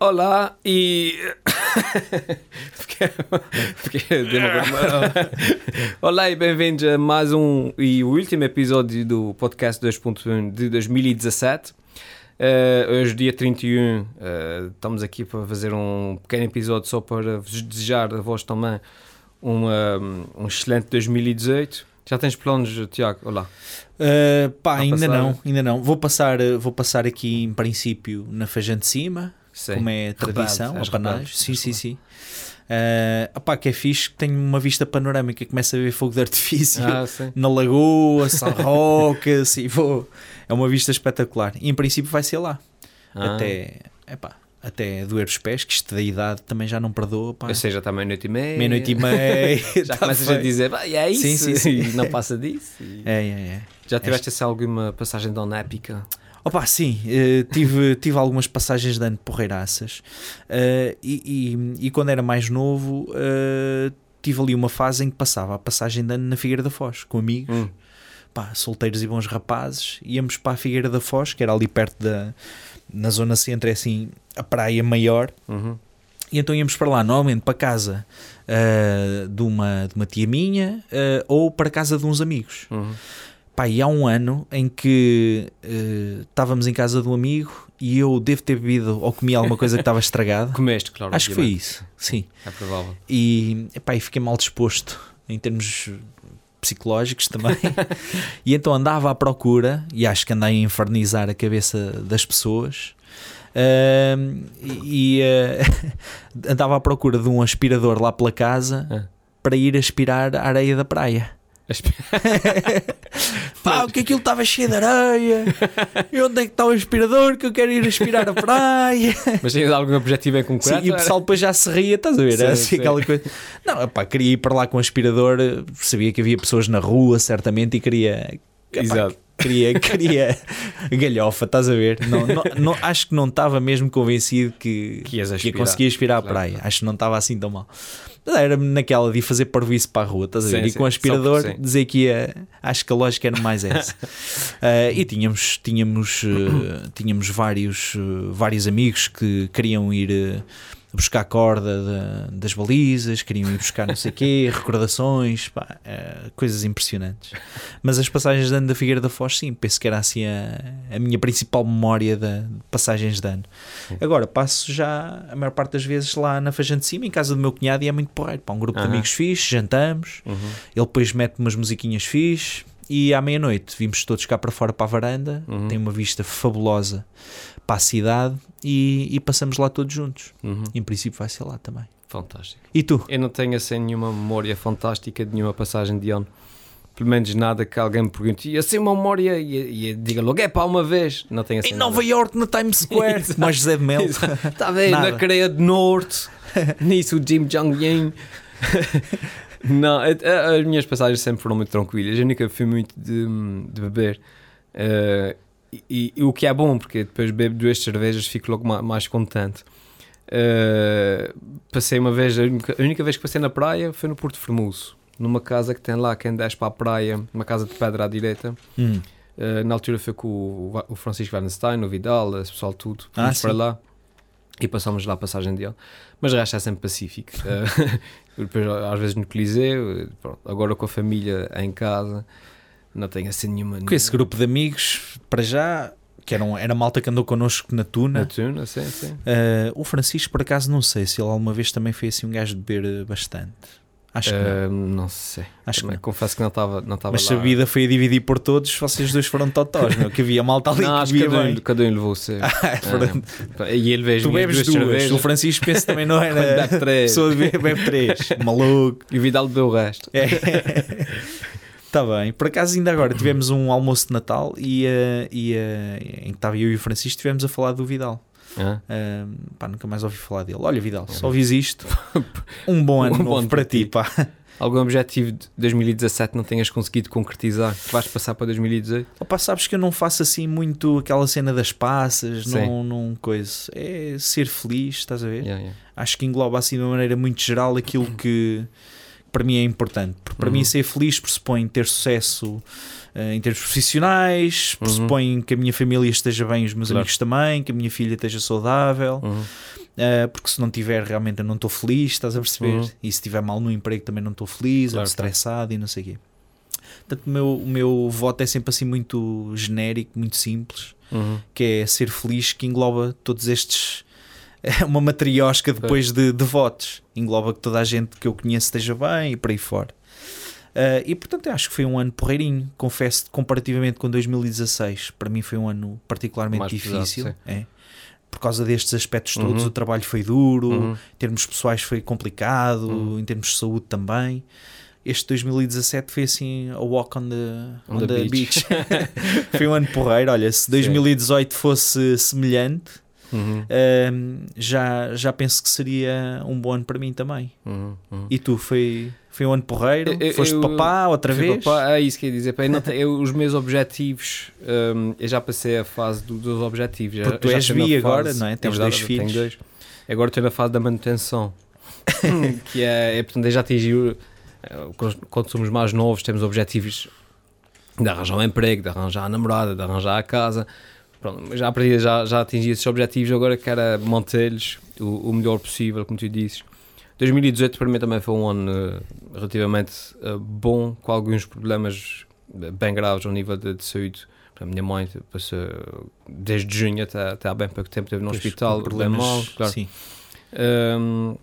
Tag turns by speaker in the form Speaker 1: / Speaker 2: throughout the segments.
Speaker 1: só lá e. fiquei fiquei Olá e bem-vindos a mais um e o último episódio do Podcast 2.1 de 2017. Eh, hoje, dia 31, eh, estamos aqui para fazer um pequeno episódio só para vos desejar a vós também um, eh, um excelente 2018. Já tens planos, Tiago? Olá.
Speaker 2: Uh, pá,
Speaker 1: Vai
Speaker 2: ainda
Speaker 1: passar?
Speaker 2: não, ainda não. Vou passar, uh, vou passar aqui em princípio na Feijão de Cima,
Speaker 1: Sim.
Speaker 2: como é a
Speaker 1: Rebado,
Speaker 2: tradição,
Speaker 1: és
Speaker 2: a panais.
Speaker 1: rebado,
Speaker 2: Sim,
Speaker 1: és
Speaker 2: sim,
Speaker 1: rebado.
Speaker 2: sim. Uh, opá, que é fixe que tenho uma vista panorâmica, começa a ver fogo de artifício
Speaker 1: Ah, sim.
Speaker 2: na lagoa, sarroca, assim, vou. É uma vista espetacular. E em princípio vai ser lá.
Speaker 1: Ah.
Speaker 2: Até, epá, até doer os pés, que isto da idade também já não perdoa, pá.
Speaker 1: Ou seja, está meia-noite e meia.
Speaker 2: Meia-noite e meia.
Speaker 1: Já
Speaker 2: tá
Speaker 1: começas a
Speaker 2: feio.
Speaker 1: dizer, vai, é isso,
Speaker 2: Sim, sim, sim.
Speaker 1: e não passa disso. E-
Speaker 2: É, é, é.
Speaker 1: Já tiveste assim, alguma passagem tão épica?
Speaker 2: Opa, sim, eh, tive, tive algumas passagens de ano porreiraças Eh, e, e- e quando era mais novo eh, tive ali uma fase em que passava a passagem de ano na Figueira da Foz com amigos,
Speaker 1: Hum.
Speaker 2: pá, solteiros e bons rapazes, íamos para a Figueira da Foz, que era ali perto da na zona centro, é assim a praia maior,
Speaker 1: Uhum.
Speaker 2: e então íamos para lá, normalmente para casa eh, de, uma, de uma tia minha eh, ou para casa de uns amigos.
Speaker 1: Uhum.
Speaker 2: Pá, e há um ano em que eh, estávamos em casa de um amigo e eu devo ter bebido ou comi alguma coisa que estava estragada.
Speaker 1: Comeste, claro.
Speaker 2: Acho que foi
Speaker 1: obviamente.
Speaker 2: isso, sim.
Speaker 1: É provável.
Speaker 2: E, epá, e fiquei mal disposto em termos psicológicos também. e então andava à procura, e acho que andei a infernizar a cabeça das pessoas. Ahm, e eh, andava à procura de um aspirador lá pela casa
Speaker 1: Ah.
Speaker 2: para ir aspirar a areia da praia.
Speaker 1: Espe-
Speaker 2: Pá, que aquilo estava cheio de areia. E onde é que está o aspirador? Que eu quero ir aspirar a praia.
Speaker 1: Mas tens algum objetivo em
Speaker 2: Sim,
Speaker 1: concreto?
Speaker 2: e o pessoal depois já se ria, estás a ver? Era
Speaker 1: Sim,
Speaker 2: assim
Speaker 1: sim.
Speaker 2: aquela coisa. Não, pá, queria ir para lá com o aspirador. Sabia que havia pessoas na rua, certamente, e queria. epá,
Speaker 1: Exato.
Speaker 2: Queria, queria galhofa, estás a ver? Não, não- não- acho que não estava mesmo convencido que,
Speaker 1: Que ias
Speaker 2: ia
Speaker 1: aspirar.
Speaker 2: conseguir aspirar à
Speaker 1: Claro,
Speaker 2: praia. Acho que não estava assim tão mal. Mas Era naquela de ir fazer parvoíce para a rua, estás a ver?
Speaker 1: Sim,
Speaker 2: e com o
Speaker 1: sim. Só
Speaker 2: aspirador
Speaker 1: porque sim.
Speaker 2: dizer que ia. Acho que a lógica era mais essa. Ah, e tínhamos, tínhamos, eh, tínhamos vários, eh, vários amigos que queriam ir. eh, Buscar corda da- das balizas, queriam ir buscar não sei quê, recordações, pá, eh, coisas impressionantes. Mas as passagens de ano da Figueira da Foz, sim, penso que era assim a, a minha principal memória da- de passagens de ano. Agora, passo já a maior parte das vezes lá na Fajante de Cima, em casa do meu cunhado, e é muito porreiro. Pá, um grupo de
Speaker 1: Aham.
Speaker 2: amigos fixe, jantamos,
Speaker 1: Uhum.
Speaker 2: ele depois mete umas musiquinhas fixe, e à meia-noite vimos todos cá para fora para a varanda,
Speaker 1: Uhum.
Speaker 2: tem uma vista fabulosa para a cidade, e, e passamos lá todos juntos.
Speaker 1: Uhum.
Speaker 2: Em princípio vai ser lá também.
Speaker 1: Fantástico.
Speaker 2: E tu?
Speaker 1: Eu não tenho assim nenhuma memória fantástica de nenhuma passagem de ano. Pelo menos nada que alguém me pergunte. E assim uma memória e, e diga logo, é pá, uma vez. Não tenho assim
Speaker 2: Em
Speaker 1: nada.
Speaker 2: Nova York na Times Square, mas José de Melo.
Speaker 1: Está a ver?
Speaker 2: Nada.
Speaker 1: Tá Na Coreia do Norte, nisso o Jim Jong Yin. Não, a- a- as minhas passagens sempre foram muito tranquilas. Eu nunca fui muito de, de beber. Eh, e, e o que é bom, porque depois bebo duas cervejas fico logo ma- mais contente. Eh, passei uma vez, a única, a única vez que passei na praia foi no Porto Formoso, numa casa que tem lá, quem desce para a praia, uma casa de pedra à direita.
Speaker 2: Hum.
Speaker 1: Uh, na altura foi com o, o Francisco Wernstein, o Vidal, esse pessoal tudo.
Speaker 2: Ah,
Speaker 1: Fomos
Speaker 2: sim.
Speaker 1: para lá e passamos lá a passagem de ano. Mas o resto é sempre pacífico. Uh, depois, às vezes no Coliseu, eh, pronto. agora com a família em casa, não tenho assim nenhuma.
Speaker 2: Com esse grupo de amigos, para já, que eram, era malta que andou connosco na
Speaker 1: Na
Speaker 2: Tuna.
Speaker 1: tuna, sim, sim.
Speaker 2: Ah, o Francisco, por acaso, não sei se ele alguma vez também foi assim um gajo de beber eh, bastante. Acho que não.
Speaker 1: Uh, não sei.
Speaker 2: Acho que
Speaker 1: Também
Speaker 2: não.
Speaker 1: Confesso que não estava não estava
Speaker 2: Mas se
Speaker 1: lá.
Speaker 2: a vida foi a dividir por todos, vocês dois foram totós, meu, que havia malta é ali
Speaker 1: Não,
Speaker 2: que
Speaker 1: acho que
Speaker 2: bebia
Speaker 1: cada um,
Speaker 2: bem.
Speaker 1: cada um levou o seu.
Speaker 2: Ah, pronto.
Speaker 1: É. E ele veio
Speaker 2: Tu bebes duas, o Francisco penso também não era
Speaker 1: Dá três.
Speaker 2: pessoa de be- bebe três, maluco.
Speaker 1: e o Vidal bebeu o resto.
Speaker 2: Está Tá bem, por acaso ainda agora tivemos um almoço de Natal e, eh, e, eh, em que estava eu e o Francisco estivemos a falar do Vidal.
Speaker 1: Ah.
Speaker 2: Ah, pá, nunca mais ouvi falar dele. Olha, Vidal, só ouvis isto. Um bom ano
Speaker 1: Um bom
Speaker 2: novo
Speaker 1: ano
Speaker 2: para
Speaker 1: para ti.
Speaker 2: ti, pá.
Speaker 1: Algum objetivo de 2017 não tenhas conseguido concretizar que vais passar para 2018?
Speaker 2: Opa, sabes que eu não faço assim muito aquela cena das passas,
Speaker 1: Sim.
Speaker 2: não, não coisa. É ser feliz, estás a ver?
Speaker 1: Yeah, yeah.
Speaker 2: Acho que engloba assim de uma maneira muito geral aquilo que para mim é importante. Porque para
Speaker 1: Uhum.
Speaker 2: mim ser feliz pressupõe ter sucesso eh, em termos profissionais, pressupõe que a minha família esteja bem, os meus
Speaker 1: Uhum. Claro.
Speaker 2: amigos também, que a minha filha esteja saudável.
Speaker 1: Uhum.
Speaker 2: Ah, porque se não tiver realmente eu não estou feliz, estás a perceber?
Speaker 1: Uhum.
Speaker 2: E se estiver mal no emprego também não estou feliz,
Speaker 1: Claro,
Speaker 2: ou estressado e não sei o quê. Portanto, o meu, o meu voto é sempre assim muito genérico, muito simples,
Speaker 1: Uhum.
Speaker 2: que é ser feliz, que engloba todos estes. É uma matriosca depois de, de votos. Engloba que toda a gente que eu conheço esteja bem e por aí fora. Ah, e portanto, eu acho que foi um ano porreirinho. Confesso, comparativamente com 2016, para mim foi um ano particularmente
Speaker 1: Mais pesado,
Speaker 2: difícil.
Speaker 1: sim.
Speaker 2: é. Por causa destes aspectos todos,
Speaker 1: Uhum.
Speaker 2: o trabalho foi duro,
Speaker 1: Uhum.
Speaker 2: em termos pessoais foi complicado,
Speaker 1: Uhum.
Speaker 2: em termos de saúde também. Este 2017 foi assim a walk on the, on
Speaker 1: On the
Speaker 2: the
Speaker 1: beach.
Speaker 2: beach. foi um ano porreiro. Olha, se 2018 fosse semelhante,
Speaker 1: Uhum.
Speaker 2: hum, já, já penso que seria um bom ano para mim também.
Speaker 1: Uhum. Uhum.
Speaker 2: E tu, foi, foi um ano porreiro?
Speaker 1: Eu- eu-
Speaker 2: Foste
Speaker 1: eu-
Speaker 2: papá outra
Speaker 1: Fui
Speaker 2: vez?
Speaker 1: papá, é isso que eu ia dizer. pá, eu não te- eu- os meus objetivos, hum, eu já passei a fase do- dos objetivos. já-
Speaker 2: Porque tu
Speaker 1: já
Speaker 2: és
Speaker 1: estou na
Speaker 2: bi
Speaker 1: fase-
Speaker 2: agora, não é? Tens
Speaker 1: verdade,
Speaker 2: dois
Speaker 1: eu tenho
Speaker 2: filhos.
Speaker 1: dois. Agora estou na fase da manutenção, que é, é portanto, eu já atingi o- quando- quando somos mais novos, temos objetivos de arranjar um emprego, de arranjar a namorada, de arranjar a casa. Pronto, mas já a partir já, já atingi esses objetivos, agora quero mantê-los o, o melhor possível, como tu dizes. 2018 para mim também foi um ano eh, relativamente eh, bom, com alguns problemas eh, bem graves ao nível de, de saúde. A minha mãe passou desde junho até, até há bem pouco tempo, esteve no
Speaker 2: Pois,
Speaker 1: hospital,
Speaker 2: com
Speaker 1: bem mal, claro.
Speaker 2: Sim.
Speaker 1: Hum,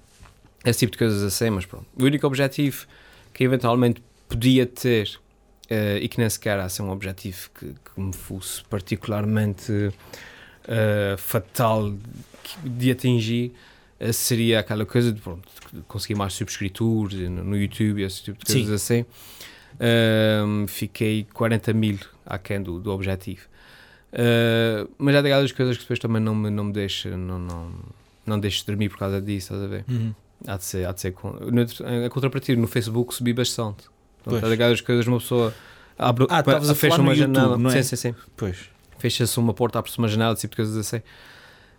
Speaker 1: esse tipo de coisas assim, mas pronto. O único objetivo que eventualmente podia ter eh, e que nem sequer era assim, um objetivo que, que me fosse particularmente eh, fatal que- de atingir eh, seria aquela coisa de pronto, de conseguir mais subscritores no, no YouTube, esse tipo de
Speaker 2: Sim.
Speaker 1: coisas assim. Hum, fiquei 40 mil aquém do, do objetivo. Uh, mas há daquelas coisas que depois também não me, não me deixa, não, não, não deixa dormir por causa disso, estás a ver?
Speaker 2: Uhum.
Speaker 1: Há de ser, há de ser. con- no outro- A contrapartida, no Facebook subi bastante.
Speaker 2: Pois.
Speaker 1: Portanto, há daquelas coisas, uma pessoa abre,
Speaker 2: Ah, estavas a
Speaker 1: fecha
Speaker 2: falar no
Speaker 1: uma
Speaker 2: YouTube,
Speaker 1: janela,
Speaker 2: não
Speaker 1: sim,
Speaker 2: é?
Speaker 1: sim, sim.
Speaker 2: Pois.
Speaker 1: fecha-se uma porta, abre-se uma janela, esse tipo de coisas assim.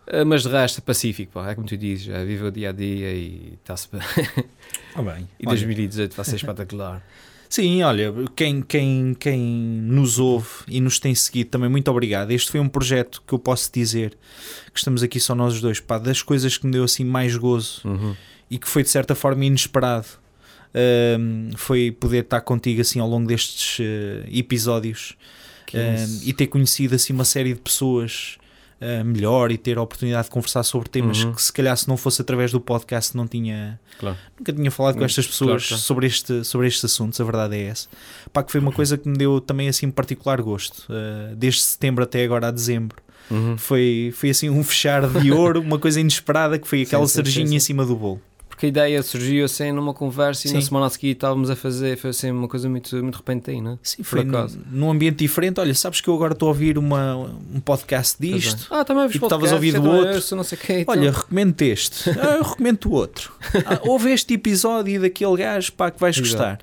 Speaker 1: Uh, Mas de resto, é pacífico, pá. é como tu dizes, é, vive o dia a dia e está-se bem.
Speaker 2: Ah, bem.
Speaker 1: E
Speaker 2: Olha,
Speaker 1: 2018 vai ser espetacular.
Speaker 2: Sim, olha, quem, quem, quem nos ouve e nos tem seguido também, muito obrigado. Este foi um projeto que eu posso dizer que estamos aqui só nós os dois, pá, das coisas que me deu assim mais gozo
Speaker 1: Uhum.
Speaker 2: e que foi de certa forma inesperado. hum, foi poder estar contigo assim ao longo destes eh, episódios
Speaker 1: Que é
Speaker 2: hum,
Speaker 1: isso.
Speaker 2: e ter conhecido assim uma série de pessoas eh, melhor e ter a oportunidade de conversar sobre temas
Speaker 1: Uhum.
Speaker 2: que se calhar se não fosse através do podcast não tinha
Speaker 1: Claro.
Speaker 2: nunca tinha falado com
Speaker 1: Hum,
Speaker 2: estas pessoas
Speaker 1: claro, claro.
Speaker 2: sobre, este, sobre estes assuntos, a verdade é essa. Pá, que foi uma coisa que me deu também assim um particular gosto, eh, desde setembro até agora a dezembro.
Speaker 1: Uhum.
Speaker 2: Foi, foi assim um fechar de ouro, uma coisa inesperada que foi aquela
Speaker 1: sim, sim,
Speaker 2: cerejinha
Speaker 1: sim.
Speaker 2: em cima do bolo.
Speaker 1: Porque a ideia surgiu assim numa conversa e na
Speaker 2: Sim.
Speaker 1: semana a seguir estávamos a fazer, foi assim uma coisa muito, muito repentina. Tá
Speaker 2: Sim,
Speaker 1: Por
Speaker 2: foi num,
Speaker 1: acaso.
Speaker 2: num ambiente diferente. Olha, sabes que eu agora estou a ouvir uma, um podcast
Speaker 1: Pois bem.
Speaker 2: disto.
Speaker 1: Ah, também ouves
Speaker 2: E tu estavas
Speaker 1: podcast,
Speaker 2: a ouvir do
Speaker 1: então
Speaker 2: outro.
Speaker 1: eu sou não sei quem, então.
Speaker 2: Olha, recomendo este. Ah, eu recomendo o outro. Ah, ouve este episódio daquele gajo, pá, que vais
Speaker 1: Exato.
Speaker 2: gostar.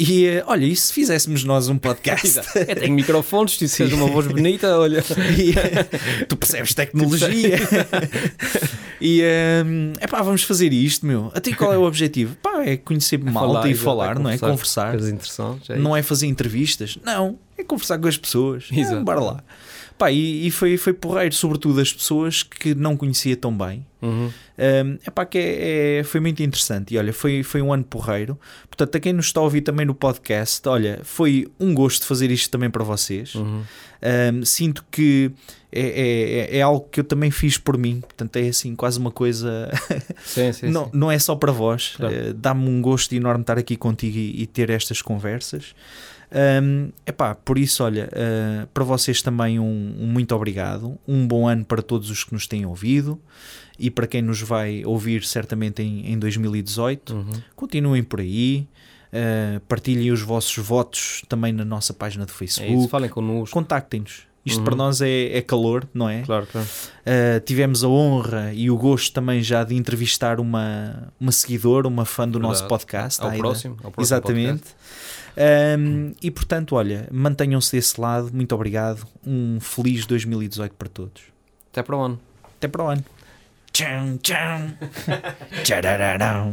Speaker 2: E eh, olha, e se fizéssemos nós um podcast?
Speaker 1: Exato. Eu tenho microfones, tu tens uma voz bonita, olha.
Speaker 2: E, ah, tu percebes tecnologia e é pá, vamos fazer isto, meu. Até qual é o objetivo? Pá, é conhecer malta e
Speaker 1: exato,
Speaker 2: falar, não é? Conversar,
Speaker 1: Coisas interessantes. é
Speaker 2: não é fazer entrevistas, não, é conversar com as pessoas.
Speaker 1: Exato.
Speaker 2: É, bora lá, pá, e, e foi, foi porreiro, sobretudo as pessoas que não conhecia tão bem.
Speaker 1: isso. Uhum.
Speaker 2: Hum, epá, que é, é- foi muito interessante e olha, foi, foi um ano porreiro. Portanto, a quem nos está a ouvir também no podcast, olha, foi um gosto fazer isto também para vocês.
Speaker 1: Uhum.
Speaker 2: Hum, sinto que é, é- é algo que eu também fiz por mim, portanto, é assim, quase uma coisa.
Speaker 1: Sim, sim,
Speaker 2: não,
Speaker 1: sim.
Speaker 2: não é só para vós,
Speaker 1: Claro.
Speaker 2: Eh, dá-me um gosto enorme estar aqui contigo e, e ter estas conversas. Hum, epá, por isso, olha, eh, para vocês também um, um muito obrigado, um bom ano para todos os que nos têm ouvido e para quem nos vai ouvir certamente em, em 2018.
Speaker 1: Uhum.
Speaker 2: Continuem por aí, eh, partilhem os vossos votos também na nossa página do
Speaker 1: É
Speaker 2: Facebook
Speaker 1: isso, falem connosco.
Speaker 2: contactem-nos. Isto
Speaker 1: Uhum.
Speaker 2: para nós é, é calor, não é?
Speaker 1: Claro, claro.
Speaker 2: Uh, tivemos a honra e o gosto também já de entrevistar uma, uma seguidora, uma fã do nosso
Speaker 1: Verdade.
Speaker 2: podcast.
Speaker 1: Ao
Speaker 2: a Aida.
Speaker 1: É próximo, ao próximo
Speaker 2: né? Exatamente.
Speaker 1: podcast.
Speaker 2: Um, e portanto, olha, mantenham-se desse lado. Muito obrigado. Um feliz 2018 para todos.
Speaker 1: Até para o ano.
Speaker 2: Até para o ano. Tchau, tchau. Tcharararão.